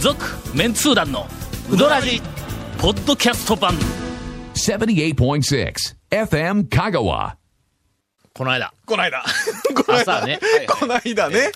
続メンツー団のウドラジポッドキャスト版78.6 FM Kagawa. この間こないだ。 こないだ朝ねこないだね。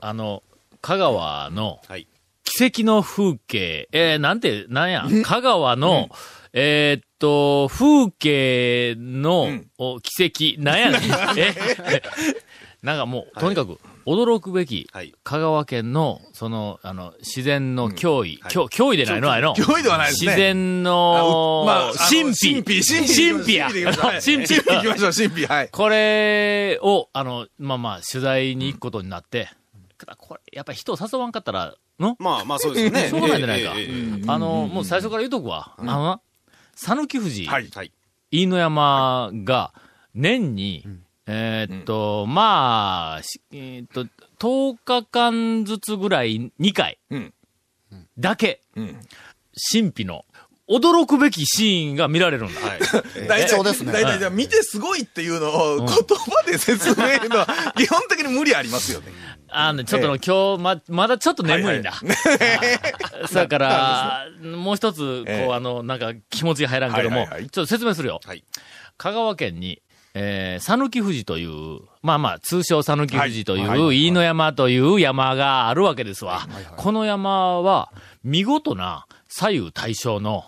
あの香川のはい。奇跡の風景えー、なんてなんや香川の、えーっと、風景の、んお奇跡、なんやねん。 え なんかもう、とにかく、驚くべき、はい香川県の、その、あの、自然の脅威、脅脅威でないのあれの。脅威ではないですね自然の、あうまああの神秘。神秘神秘神秘や。神秘でいきましょうはい神秘行きましょう、神秘。はい。これを、あの、まあまあ、取材に行くことになって、ただこれ、やっぱり人を誘わんかったら、のまあまあそうです よね。しょうがないじゃないかえええええあの、もう最初から言うとくわ。あのな、讃岐富士、はいえはい。飯野山が、年に、えーっと、まあ、しえーっと、10日間ずつぐらい2回うん。だけ、うん。神秘の、驚くべきシーンが見られるんだ。はい。大そうですね大体じゃあ見てすごいっていうのを言葉で説明するのは 基本的に無理ありますよね。あのね、ちょっとの、今日、ま、まだちょっと眠いんだ。はいそやから、もう一つ、えこう、えあの、なんか気持ち入らんけども、はいはいはいちょっと説明するよ。はい香川県に、えー、讃岐富士という、まあまあ、通称讃岐富士という、はいはい飯野山という山があるわけですわ。この山は、見事な左右対称の、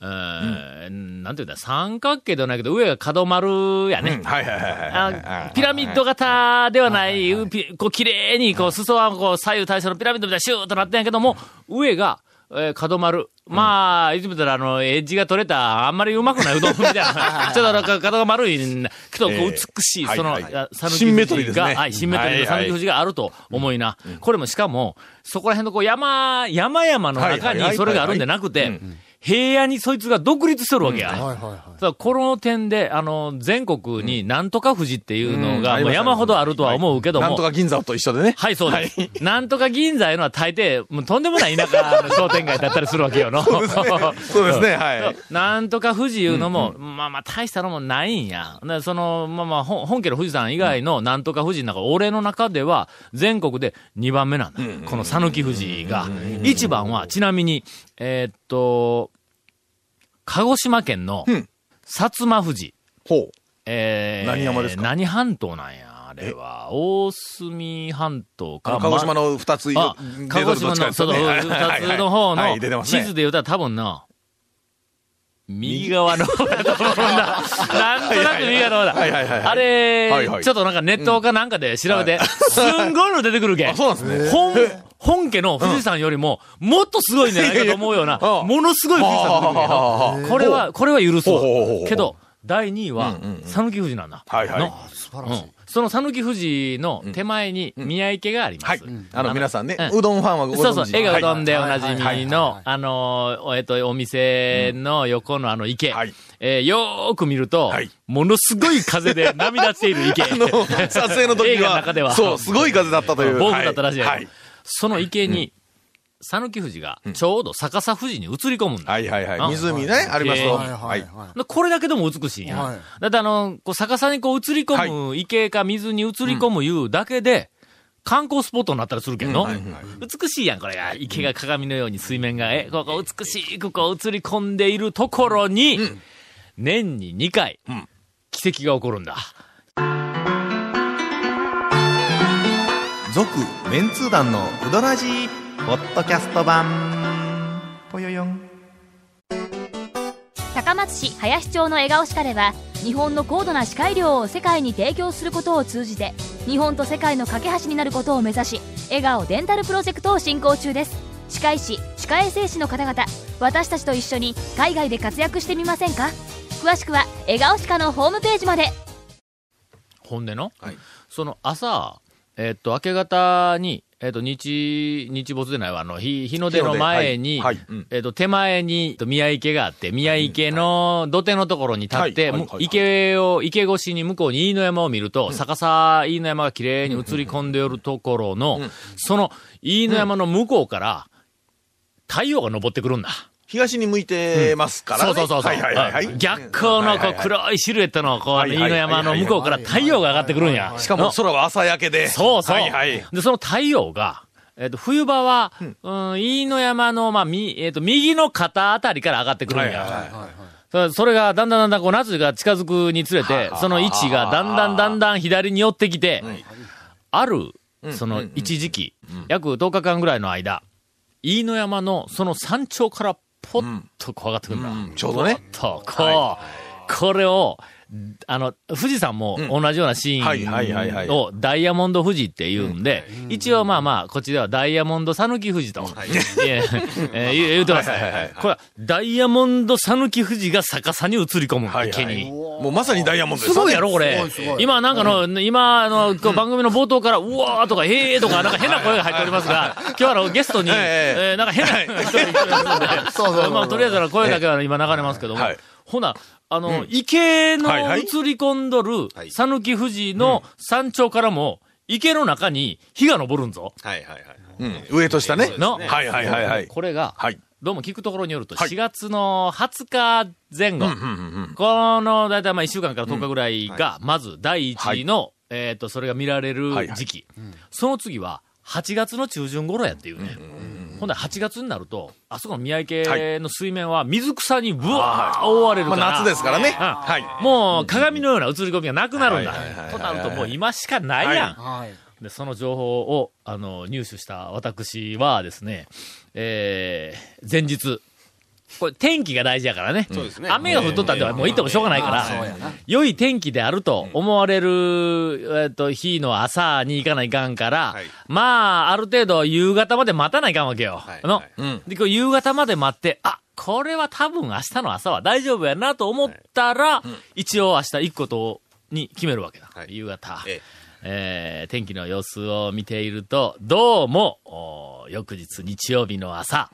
えーなんていうんだ、三角形ではないけど、上が角丸やね。うんはいはいはいはいはあい。ピラミッド型ではない、ピこう、綺麗に、こう、裾は、こう、左右対称のピラミッドみたいなシューッとなってんやけども、上が、えー角丸。まあ、いつも言ったら、あの、エッジが取れた、あんまりうまくないうどんみたいな。ちょっとなんか、角が丸いんだけど、こうええ美しい、はいその、はいあ讃岐富士がシンメトリーですねはい、シンメトリーの讃岐富士があると思いな。これもしかも、そこら辺のこう、山、山々のは中いはいはいはにいそれがあるんじゃなくて、平野にそいつが独立しとるわけや。はいはいはい。そうこの点で、あの、全国になんとか富士っていうのうんが、ありもうます山ほどあるとは思うけどなんもと、か銀座と一緒でね。はい、そうです。なんとか銀座いうのは大抵、もうとんでもない田舎 の商店街だったりするわけよの。そうですね。そうですね、はい。なんとか富士いうのも、まあまあ大したのもないんや。なその、まあまあ、ほん本家の富士山以外のなんとか富士の中、俺の中では全国で2番目なんだ。この讃岐富士が。1番は、ちなみに、えーっと、鹿児島県のうん薩摩富士。ほう。えー何山ですか何半島なんや、あれは。大隅半島あか。の鹿児ま島の二つ、あ、鹿児ど島っちかの、ですそよの、ね二はいはいはついの方はのい、出て、ます地ね図で言うたら多分な、右側 の方だと思うんだ。なんとなく右側の方はいはいはいはいだ。あれ、はいはいちょっとなんかネットかなんかで調べて、すんごいの出てくるけ。あそうなんですね本、本家の富士山よりも、もっとすごいんじゃないかと思うような、いやいやうんものすごい富士山出てくるけどあこれは、これは許すわほうほうほうほ。うけど、第2位はうんうんうん、讃岐富士なんだ。はいはいの素晴らしい。その讃岐富士の手前に宮池がありーまはいす。。あの、皆さんね、うんうどんファンはご存知そうそう、絵がうどんでおはいなじはいみはいはのい、あのー、えっと、お店の横のあの池はい、えーよーく見るとはい、ものすごい風 で波立っている池。あの、撮影の時映画の中ではは、そう、すごい風だったという。暴風だったらしいやんはい。その池に、讃岐富士がちょうど逆さ富士に映り込むんだ。はいはいはいあはい。湖ね、ありますえーと。はいはいははでこれだけでも美しいんや。はいだってあの、こう逆さにこう映り込む、池か水に映り込むいうだけで、観光スポットになったりするけど、美しいやん、これが。池が鏡のように水面が、え、こうこう美しくこう映り込んでいるところに、年に2回、奇跡が起こるんだ。い。続、メンツー団のうどらじポッドキャスト版ぽよよん高松市林町の笑顔歯科では日本の高度な歯科医療を世界に提供することを通じて日本と世界の架け橋になることを目指し笑顔デンタルプロジェクトを進行中です歯科医師歯科衛生士の方々私たちと一緒に海外で活躍してみませんか詳しくは笑顔歯科のホームページまでほんでの、はいその朝、えっと、明け方に、えっと、日、日没でないわ、あの、日、日の出の前に、日の出はいはいうんえっと、手前に、えっと宮池があって、宮池の土手のところに立って、はいはいはいむ池を、池越しに向こうに飯野山を見ると、逆さ飯野山が綺麗に映り込んでおるところの、その飯野山の向こうから、太陽が昇ってくるんだ。東に向いてますかそらね。うそうそうそう。はいはいはいはい。逆光のこうはいはい黒いシルエットのこう、はいはい飯はいはい野山の向こうから太陽が上がってくるんやはい。しかも空は朝焼けで。そうそう。はいはい。で、その太陽が、えっと、冬場は、うん、飯野山の、まあ、み、えっと、右の肩あたりから上がってくるんや。そそれが、だんだんだんだん、こう、夏が近づくにつれて、その位置が、だんだんだんだん左に寄ってきて、ある、その、一時期、約10日間ぐらいの間、飯野山の、その山頂から、ぽっとこう上がってくるんだ。ちょうどね。と、こう、これを、あの、富士山も同じようなシはいはいはいはーいンをダイヤモンド富士って言うんで、一応まあまあ、こっちではダイヤモンド讃岐富士と、いええー言う言うてます。これは、ダイヤモンド讃岐富士が逆さに映り込む、はいはい池に。もうまさにダイヤモンドですす。ごいやろ、これすごいす。ごい今、なんかの、今、あの、こう番組の冒頭から、うわーとか、へーとか、なんか変な声が入っております が、今日はあの、ゲストに、えええーなんか変な人が来てますんでそうそうそうまあ、とりあえずあの声だけは今流れますけどもはい、ほな、あの、池のはいはい映り込んどる、讃岐富士の山頂からも、池の中に火が昇るんぞ。はいはいはい。うん。上と下ね。のはいはいはいはい。これが、はい。どうも聞くところによると、はい4月の20日前後、この、だいたいまあ1週間から10日ぐらいが、まず第一の、えっ、と、それが見られるはいはい時期。その次は、8月の中旬頃やっていうね。ほんで8月になると、あそこの宮城家の水面は水草にぶわー覆われるまかあら。夏ですからね。うんはい。もう鏡のような映り込みがなくなるんだはいはいはいは。いとなるともう今しかないやん。はい。で、その情報を、あの、入手した私はですね、えー、前日、これ天気が大事やからね。そうですね雨が降っとったんではもう行ってもしょうがないから、そうやな。良い天気であると思われる、えっと、日の朝に行かないかんから、はいまあ、ある程度夕方まで待たないかんわけよ。はいの、はいうん。で、こう夕方まで待って、あ、これは多分明日の朝は大丈夫やなと思ったら、一応明日行くことに決めるわけだ。はい夕方。えええー天気の様子を見ていると、どうも、おー翌日日曜日の朝、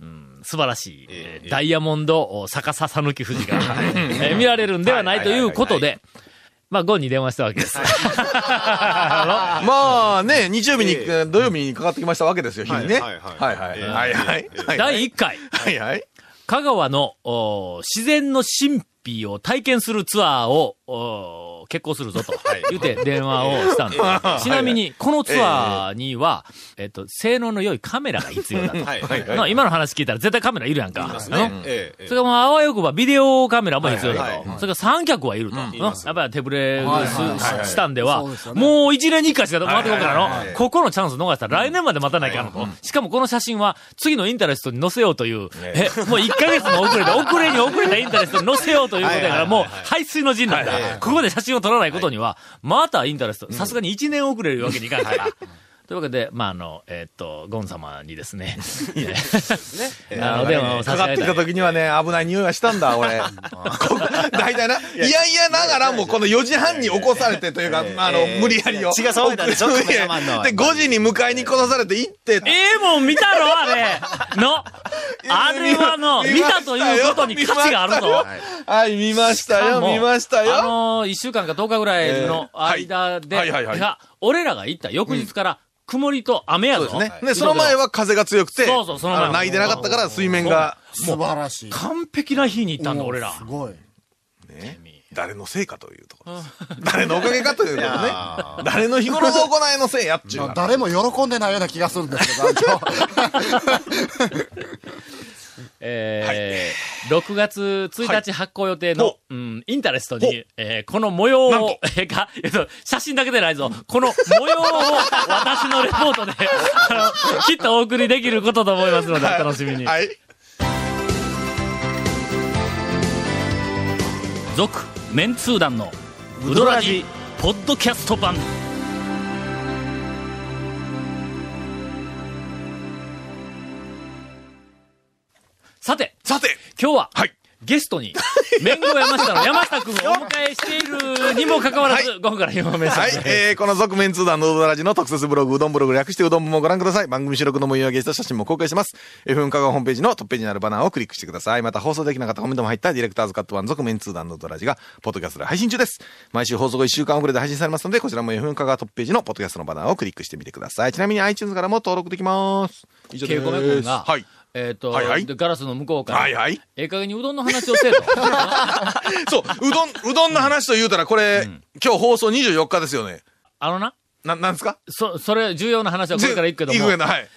うん、素晴らしい、ええダイヤモンドお逆ささぬき富士が、えー見られるんではないということで、まあ、ゴンに電話したわけです。あまあね、日曜日に、土曜日にかかってきましたわけですよ、日にね。ははいいははいいははいい。はいはいはのい。第1回、はいはい。香川のおー自然の神秘を体験するツアーをおー結構するぞ とい言って電話をしたん です。ちなみに、このツアーには、えっと、性能の良いカメラが必要だと。はいはいはい。な今の話聞いたら絶対カメラいるやんか。ますなね。えええそれからもうあわよくばビデオカメラも必要だと。はいはいはそれから三脚はいると。うんいやまっすぱり手ぶれはいすはいしはいしたんでは、そうですよねもう一年に一回しか待ってこんからの、はいはいはいここのチャンス逃したら来年まで待たなきゃなと、しかもこの写真は次のインタレストに載せようという、え、もう1ヶ月も遅れて、遅れに遅れたインタレストに載せようということだから、もう排水の陣なんだ、ここで写真を撮らないことには、またインタレスト、さすがに1年遅れるわけにいかんから。というわけで、まあ、あの、えっと、ゴン様にですね、 あの、電話を差かし上げたかっていきた時にはね、危ない匂いはしたん だ、俺。こ大体な。いやいやながらも、この4時半に起こされてというか、あの、無理やりを。血が騒いだで しょ送ってカメラマンので、5時に迎えに来されて行って。ええもん見たろあれのあれはの、見たということに価値があるぞ。はい、見ましたよ、見ましたあよ。のー、一週間か10日ぐらいの間で、えーはいはいはいはいが俺らが行った翌日から曇りと雨やそぞ。うですね。ね、その前は風が強くて、そうそうその前はあ泣いてなかったから水面が、素晴らしい。完璧な日に行ったんだ、俺らす。ごい。ね誰のせいかというところです。誰のおかげかというところね。あ誰の日頃の行いのせいやっちゅうま話。あ誰も喜んでないような気がするんですけど、えー6月1日発行予定の、ほうん、インタレストに、えーこの模様なんをと、えーが、えっと、写真だけでないぞ。この模様を私のレポートで、 あの、きっとお送りできることと思いますので、お楽しみに。はい。続、メンツー団の、ウドラジ、ポッドキャスト版。さて、さて、今日は、はいゲストに、面後山下の山下くんをお迎えしているにもかかわら ず、午後から今メッセーは いジ。、えー、この続面通談のうどらじの特設ブログ、うどんブログ略してうどんもご覧ください。番組収録の模様を上げした写真も公開してます。FM 香川ホームページのトップページにあるバナーをクリックしてください。また放送できなかったコメントも入ったディレクターズカット版続面通談のうどらじが、ポッドキャストで配信中です。毎週放送後1週間遅れで配信されますので、こちらも FM 香川トップページのポッドキャストのバナーをクリックしてみてください。ちなみに iTunes からも登録できます。以上ケでイす。コメ君が、はい。えっ、と、はいはいでガラスの向こうから、はいはい。ええ加減にうどんの話をせえと。 そう、うどん、うどんの話と言うたら、これ、今日放送24日ですよね。あのな、な、なんですかそ、それ、重要な話はこれから行くけども行、くけど、はい。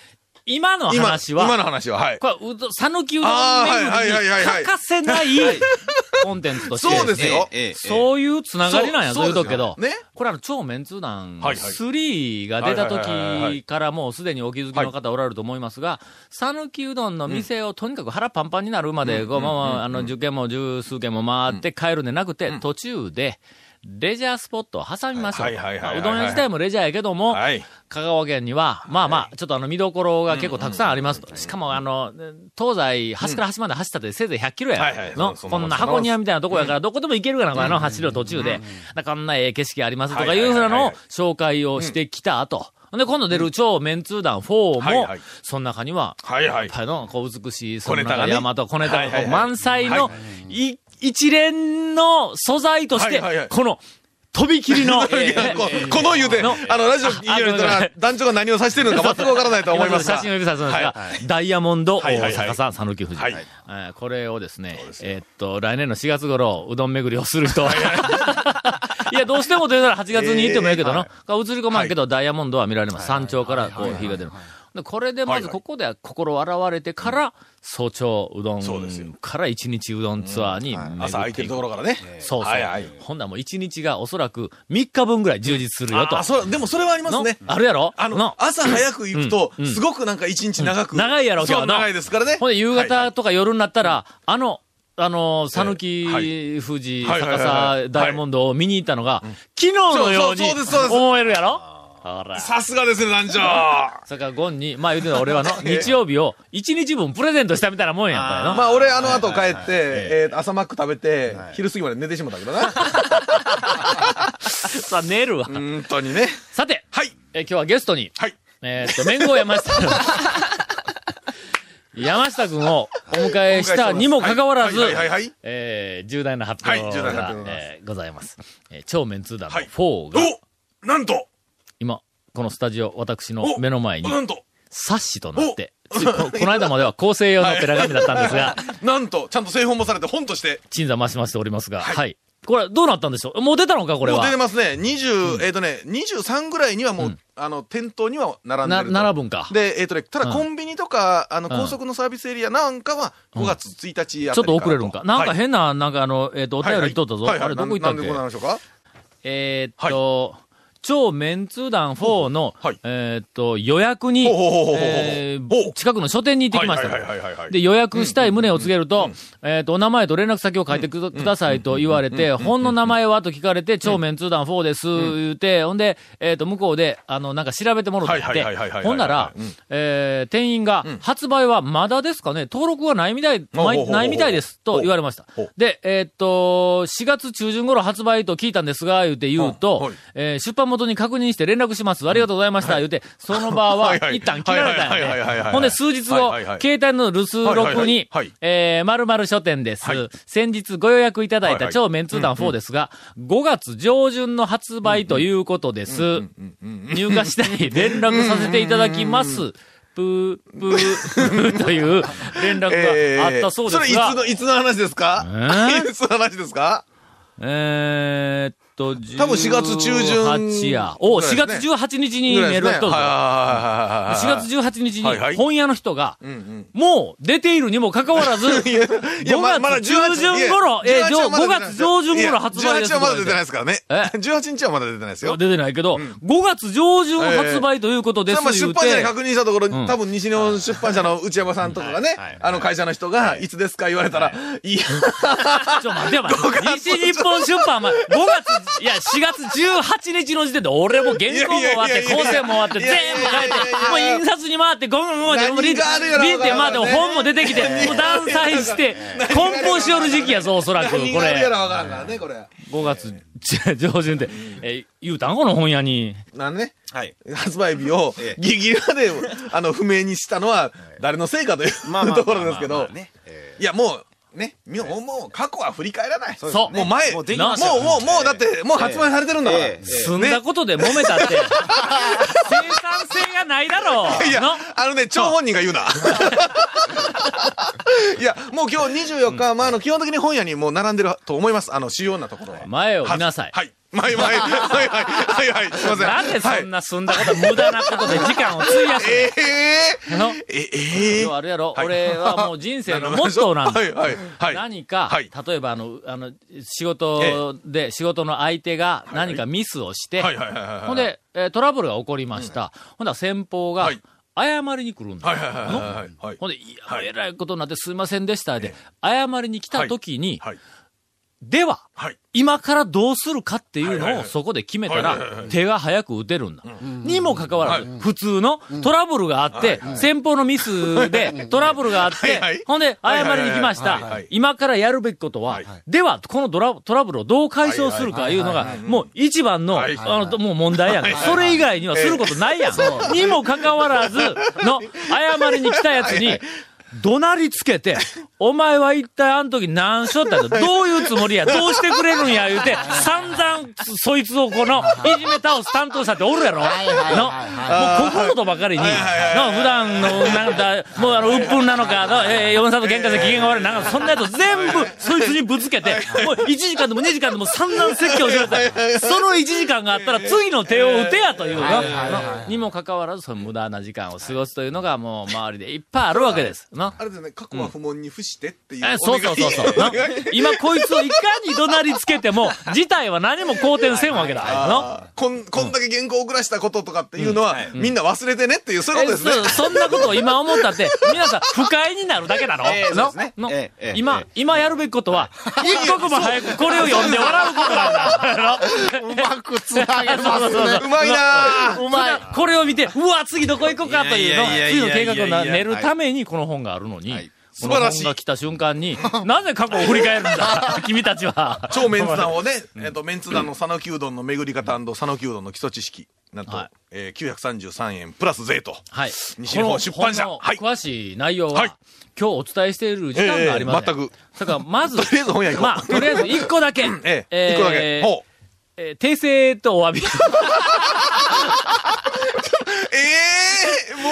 今の今、話は、今の話は、はい。これはうど、讃岐うどんあーはいはい巡はいはいりはにい欠かせないコンテンツとして、そうですよええええそういうつながりなんや、そそうういうとけど。そうですよねこれあの、超メンツー団、はいはい3が出たはいはいはいはい時からもうすでにお気づきの方おられると思いますが、讃岐うどんの店をとにかく腹パンパンになるまで、こうまあまあ、あの、10軒も十数軒も回って帰るんでなくて、途中で、レジャースポットを挟みましょう。はいはいはいはいまはいあうどん屋自体もレジャーやけども、はい。香川県には、まあまあ、ちょっとあの、見どころが結構たくさんありますと。しかもあの、東西、端から端まで走ったってせいぜい100キロや。はいはいのそうこんな箱庭みたいなとこやから、どこでも行けるから、あの、走る途中で。なんかあんなええ景色ありますとかいうふうなのを紹介をしてきた後。で、今度出る超メンツー団4はいもはい、その中には、はいはいっぱいの、こう、美しい、そ小のネタが中ね山と小ネタはいはがいこはうい満載のは、い一連の素材としてはいはいは、いこの、飛び切り の、ここの言うて、あの、ラジオ聞いてる人ああのら、団長が何を指してるのか全くわからないと思います今 が写。真を指さすんですが、ダイヤモンドはいは大いはい阪さん、讃岐富士。はいえーこれをですね、えーっと、来年の4月頃、うどん巡りをする人。 いや、どうしてもというなら8月に行ってもいいけどな。が映り込まんけど、ダイヤモンドは見られます。山頂からこう火が出る。でこれでまずここで心洗われてから、早朝うどんそうですよから一日うどんツアーに巡っていく朝空いてるところからね。そうそう。はいはいほんならもう一日がおそらく3日分ぐらい充実するよと。あ、そう、でもそれはありますのね。あるやろあのの、朝早く行くとうんうん、すごくなんか一日長く。長いやろ、今そ日う、な長いですからね。ほんで、夕はいは方いとか夜になったら、あの、あの、讃え岐、富士、はいはい高はいはいさ、ダイヤモンドを見に行ったのが、昨日のようにそうそうそうですそうです思えるやろほら。さすがですね、団長。それからゴンに、まあ言うてた俺は の、日曜日を1日分プレゼントしたみたいなもんやんかの。まあ、俺、あの後帰って、えー朝マック食べて、昼過ぎまで寝てしまったけどな。さあ寝るわ。 本当にね。さて、はい。え今日はゲストに、はい。えーっと、面後 山下。山下君をお迎えしたにもかかわらず、はいはいはいはいはいえー重大な発表はい重大なが発、表がえーございます。えー超メンツー団のはい4が、おなんと今、このスタジオ、私のお目の前に、なんと冊子となって、ついここの間までは構成用のペラ紙だったんですが、なんと、ちゃんと製本もされて本として、鎮座増し増しておりますが、はい。これ、どうなったんでしょうもう出たのか、これもうは出。てますね。20、えっとね、23ぐらいにはもう、あの、店頭には並んでな、ると。 7分か。ちで、えっとね、ただコンビニとか、あの、うん高速のサービスエリアなんかは、5月1日あたりからょっと遅れるんか。なんか変な、なんかあの、えっと、おはい便り来とったぞ。はいはいあれ、どこ行ったっなけんでございましょうかえーっと、超メンツー団4の、はいえーっと、予約に、ほうほうほうほうほうえーほう近くの書店に行ってきましたはいはいはいはいはいは。いで、予約したい旨を告げると、えーっと、お名前と連絡先を書いてく,、ださいと言われて、本の名前はと聞かれて、超メンツー団4です、言うて、ほんで、えーっと、向こうで、あの、なんか調べてもろって言っはいはいはいはいはいはて、いほんならうん、えー店員が、発売はまだですかね登録はないみたい、ほうほうほうほうないみたいです、と言われましたほう。で、えーっと、4月中旬頃発売と聞いたんですが、言うて言うと、はいえー出版元に確認して連絡します。ありがとうございました。言うて、その場ははいはい一旦切られたんはいはいはいはいやはね。いほんで数日後、はいはいはい携帯の留守録に、はいはいはいはいえー、〇〇書店です、はい先日ご予約いただいはいたはい超メンツー団4ですが、5月上旬の発売ということです。入荷次第連絡させていただきます。ぷー、ぷー、ぷーという連絡があったそうですが。えーそれいつの、いつの話ですか、えいつの話ですかえーっと、多分4月中旬18や。お、4ぐらいで月す18日にぐらいメでールが来すねとるぞ。はいはいはいはいはいはい4月18日はいはにい本屋の人が、もう出ているにもかかわらず、5 いやままだ月中旬頃、いやえー、上18は5まだ出てない月上旬頃発売です。18はまだ出てないですすからね。え18日はまだ出てないですよ。出てないけど、5月上旬発売ということですそれはまあ言う出版社にて、確認したところ、ん多分西日本出版社の内山さんとかがね、あの会社の人が、いつですか言われたら、いや、ちょ、待てよ待 てよ。西日本出版は、5月、いや、4月18日の時点で、俺も原稿も終わって、いやいやいやいや構成も終わって、いやい全や部いや変えいてやいやいや、もう印刷に回って、ゴムもう、もう、リン何テがあるやろリンテ回って、わからんね本も出てきて、もう断裁して、梱包しよる時期やぞ、おそらく、こ何があるやれら。わからんからね、これ。 5月 上旬で、え、言うたんこの本屋に。なんね、はい。発売日を ええギリギリまで、あの、不明にしたのは、誰のせいかというところですけまあどまあ、ねえいや、もう、ね、みもう、もう過去は振り返らない。そう。もう前、ももうう、できもましたよう、もう、だって、もう発売されてるんだから。ええ済んだことで揉めたって。生産関性がないだろう。いやの、あのね、張本人が言うな。いや、もう今日24日、まあ、あの、基本的に本屋にもう並んでると思います。あの、主要なところは。前を見なさい。はい。前、前、はい、はい、はい、はい、すいません。なんでそんな済んだこと、無駄なことで時間を費やすはい、ええのええ要はあれやろ、俺はもう人生のモットーなんだは。い、はい、はい。何か、はい例えばあの、あの、仕事で、仕事の相手が何かミスをして、はい、はい、はい、はい。ほん、で、えートラブルが起こりました。ほんだら先方がはい、謝りに来るんだ。はい、はい、はい、はい。ほはいんで、いや、えらいことになってすいませんでした。で、謝りに来た時に、はい。では、はい。今からどうするかっていうはいはいのはをいそこで決めたはいはいはいらは、い手が早く打てるんだ。にもかかわらず、普通のトラブルがあって、先方のミスでトラブルがあっはいてはい、ほんではい謝はいはいりに来ましはいはたい。今からやるべきことははい、では、このドラトラブルをどう解消するかいうのが、もう一番の、あはいの、もう問題やんか。それ以外にはすることないやん。にもかかわら ず、の、謝りに来たやつに、怒鳴りつけて、お前は一体あの時何しよったんだどういうつもりやどうしてくれるんや言うて、散々そいつをこの、いじめ倒す担当者っておるやろの、もはいはいはうここぞとばかりに、の、普段の、なんだ、もうあの、鬱憤なのか、の、えー、嫁さんと喧嘩して機嫌が悪い、なんかそんなやつ全部そいつにぶつけて、もう1時間でも2時間でも散々説教しよって、その1時間があったら次の手を打てやというのにもかかわらず、その無駄な時間を過ごすというのがもう周りでいっぱいあるわけです。のあれですね、過去は不問に付してっていうえそうそうそうそう。な今こいつをいかに怒鳴りつけても、事態は何も好転せんわけだ。こん、こんだけ原稿を遅らしたこととかっていうのは、みんな忘れてねっていう、そうのいうこえとですそねう。そんなことを今思ったって、皆さん不快になるだけだろ、ええそうですねののええええ今、今やるべきことは、一刻も早くこれを読んで笑うことなんだ。うまくつなげまそうすそうね。そううまいなうまい。これを見て、うわ、次どこ行こうかというのをいやいやいやい次のや計画をなはい練るためにこの本があるのに、この素晴らし本いが来た瞬間に、なぜ過去を振り返るんだ、君たちは。超メンツ団をね、えっと、メンツ団の讃岐うどんの巡り方讃岐うどんの基礎知識、なんとはい、えー933円プラス税と。はい。西日本出版社このはい本の詳しい内容は、はい今日お伝えしている時間がありません。ええ全く。だから、まず、 とりあえず本屋行こう、まあ、とりあえず一個だけ ええ、一個だけ。ほう。えー訂正と お詫び。ええも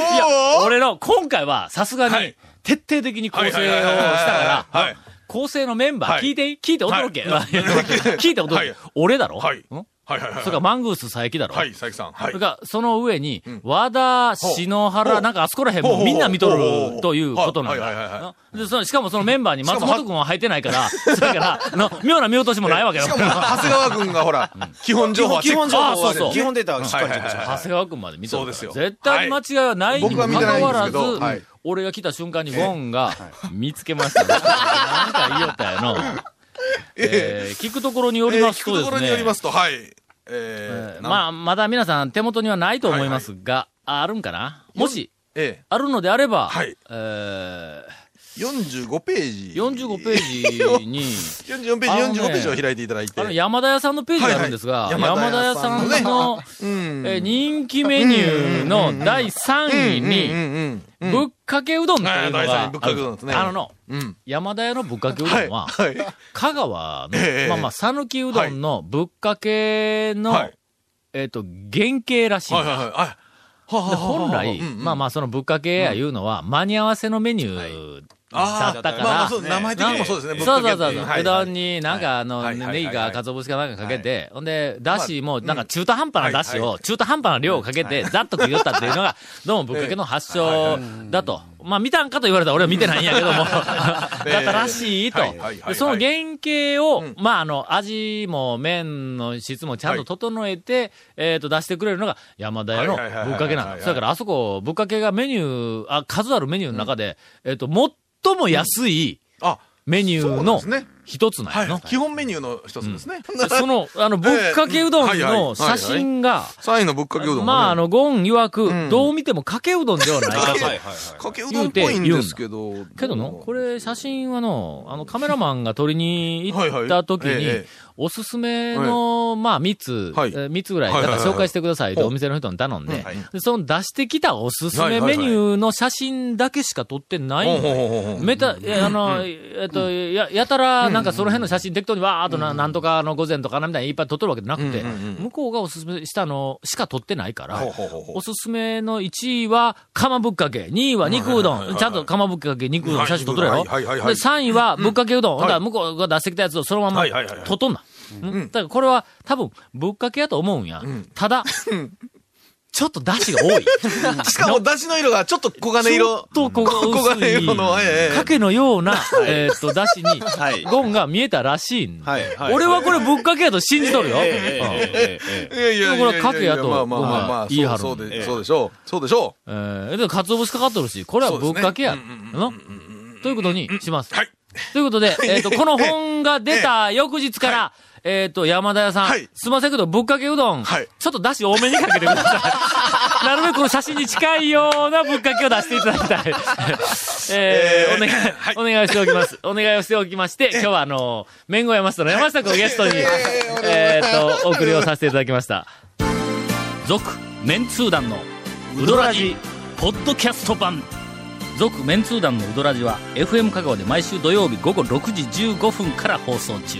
う俺の、今回はさすがにはい、徹底的に構成をしたかはら、いはいはいはいはい構成のメンバー、はい聞いていい、聞いて驚け。はい 聞いて驚け。はい俺だろ、はいんはいはいはい。それからマングース佐伯だろ、はい、佐伯さん。はそいれ。から、その上に、和田、篠ほ原、うなんかあそこら辺ほうもほみうんな見とほうほうほるうということなんはいはいはいだは。でそのしかもそのメンバーに松しか本君は入ってないから、 それから、あの妙な見落としもないわけだしかも、長谷川君がほら、基本情報は基本情報あそうそうは、基本データはしっかりチはいェはックいしまはす長い。谷川君まで見てるそうかでらすよ絶対間違いはないにもかかわらず僕は見てないんですけどはい、俺が来た瞬間にゴンが見つけましたね。なんか言いよったやの。えー聞くところによりえーます聞くととでこすろによりねま。すと、はい。ええーー、まあ、あ、まだ皆さん手元にはないと思いますが、あるんかなもし、えあるのであれば、はいええ、45ペーー、ジ。 45ペー ジに、 44ペあのーねジ、45ページを開いていただいてあ。の、山田屋さんのページがあるんですが、はいはい山山田田屋屋ささんのんのねえー人気メニューの第3位うんに、うんうん。ぶっかけうどんっていうのはい第三が位ぶっかけうどんですねあるあのの、うん。山田屋のぶっかけうどはい。んは、はい。香川の、ええまあまあ、讃岐うどんのぶっかけの、はいえっ、と、原型らしいんはいです。はいはい。で本来、うんうんまあまあ、そのぶっかけやいうのは、間に合わせのメニューだあっあ、たから、まあまあそう名前的にもそうですね。ぶっそうかけそっうていそうそう、はいうどんになんかあの、はいはいはいネギはいかはい鰹節かなんかかけて、ほんで、だしもなんか中途半端なだしはいを、中途半端な量をかけて、ざっと食いよったっていうのが、どうもぶっかけの発祥だと。まあ見たんかと言われたら俺は見てないんやけど も、だったらしいとはいはいはい。はいでその原型をん、まああの、味も麺の質もちゃんと整えて、えっと出してくれるのが山田屋のぶはいはいはいはいっかけなはの。いそれからあそこ、ぶっかけがメニュー、あ、数あるメニューの中で、えっと、最も安い、あ、メニューのそうですね一つなんはやのい。。基本メニューの一つですね。その、あ の、ぶっかけうどんの写真が、 3位のぶっかけうどんもね。まあ、あの、ゴン曰く、んどう見てもかけうどんではないかと。かけうどんっぽいんですけど。けどの、これ写真はの、あの、カメラマンが撮りに行はいはっいた時えにえ、おすすめのの、まあ、3つ、はいえー三つぐらい、なはいんはいかはい紹介してくださいとほうお店の人に頼んではい、でその出してきたおすすはいめはいはメニいューの写真だけしか撮ってないほのうよほうほうほうメタ、えあの、えっと、や、やたら、なんかその辺の写真適当にわーっとな、なんとかの午前とかなんみたいにいっぱい撮ってるわけじゃなくて、うんうんうん向こうがおすすめしたのしか撮ってないからほうほうほうほう、おすすめの1位は釜ぶっかけ、2位は肉うどはいはいはいはん、いちゃんと釜ぶっかけ、肉うどんの写真撮ってるやろ。はいで、はいはいはい3位はぶっかけうどん。ほんだら向こうが出してきたやつをそのままはいはいはいはい撮っとんな。うんだからこれは多分ぶっかけやと思うんや。ただ、ちょっと出汁が多い。 しかも、出汁の色がちょっと黄金色。ちょっとここ黄薄金い、色の、ええかけのような、えーっと、だしに、はいゴンが見えたらしいん。はいはい俺はこれぶっかけやと信じとるよ。ええうんええええいやいやいやいやいや。でもこれかけやとまあまあまあまあ、言い張るそうそうで、そうでしょう。そうでしょえーで、かつお節かかっとるし、これはぶっかけや。そうですねのということにします。はいということで、えーっと、この本が出た翌日から、えーっと、山田屋さん、はいすいませんけど、ぶっかけうどん、はいちょっとだし多めにかけてくださ い。なるべくこの写真に近いようなぶっかけを出していただきたい。えー、お願い、お願いしておきます。お願いをしておきまして、今日はあの、面後山下の山下君をゲストに、えーっと、お送りをさせていただきました。続、メンツー団の、ウドラジ、ポッドキャスト版。続、メンツー団のウドラジは、FM 香川で毎週土曜日午後6時15分から放送中。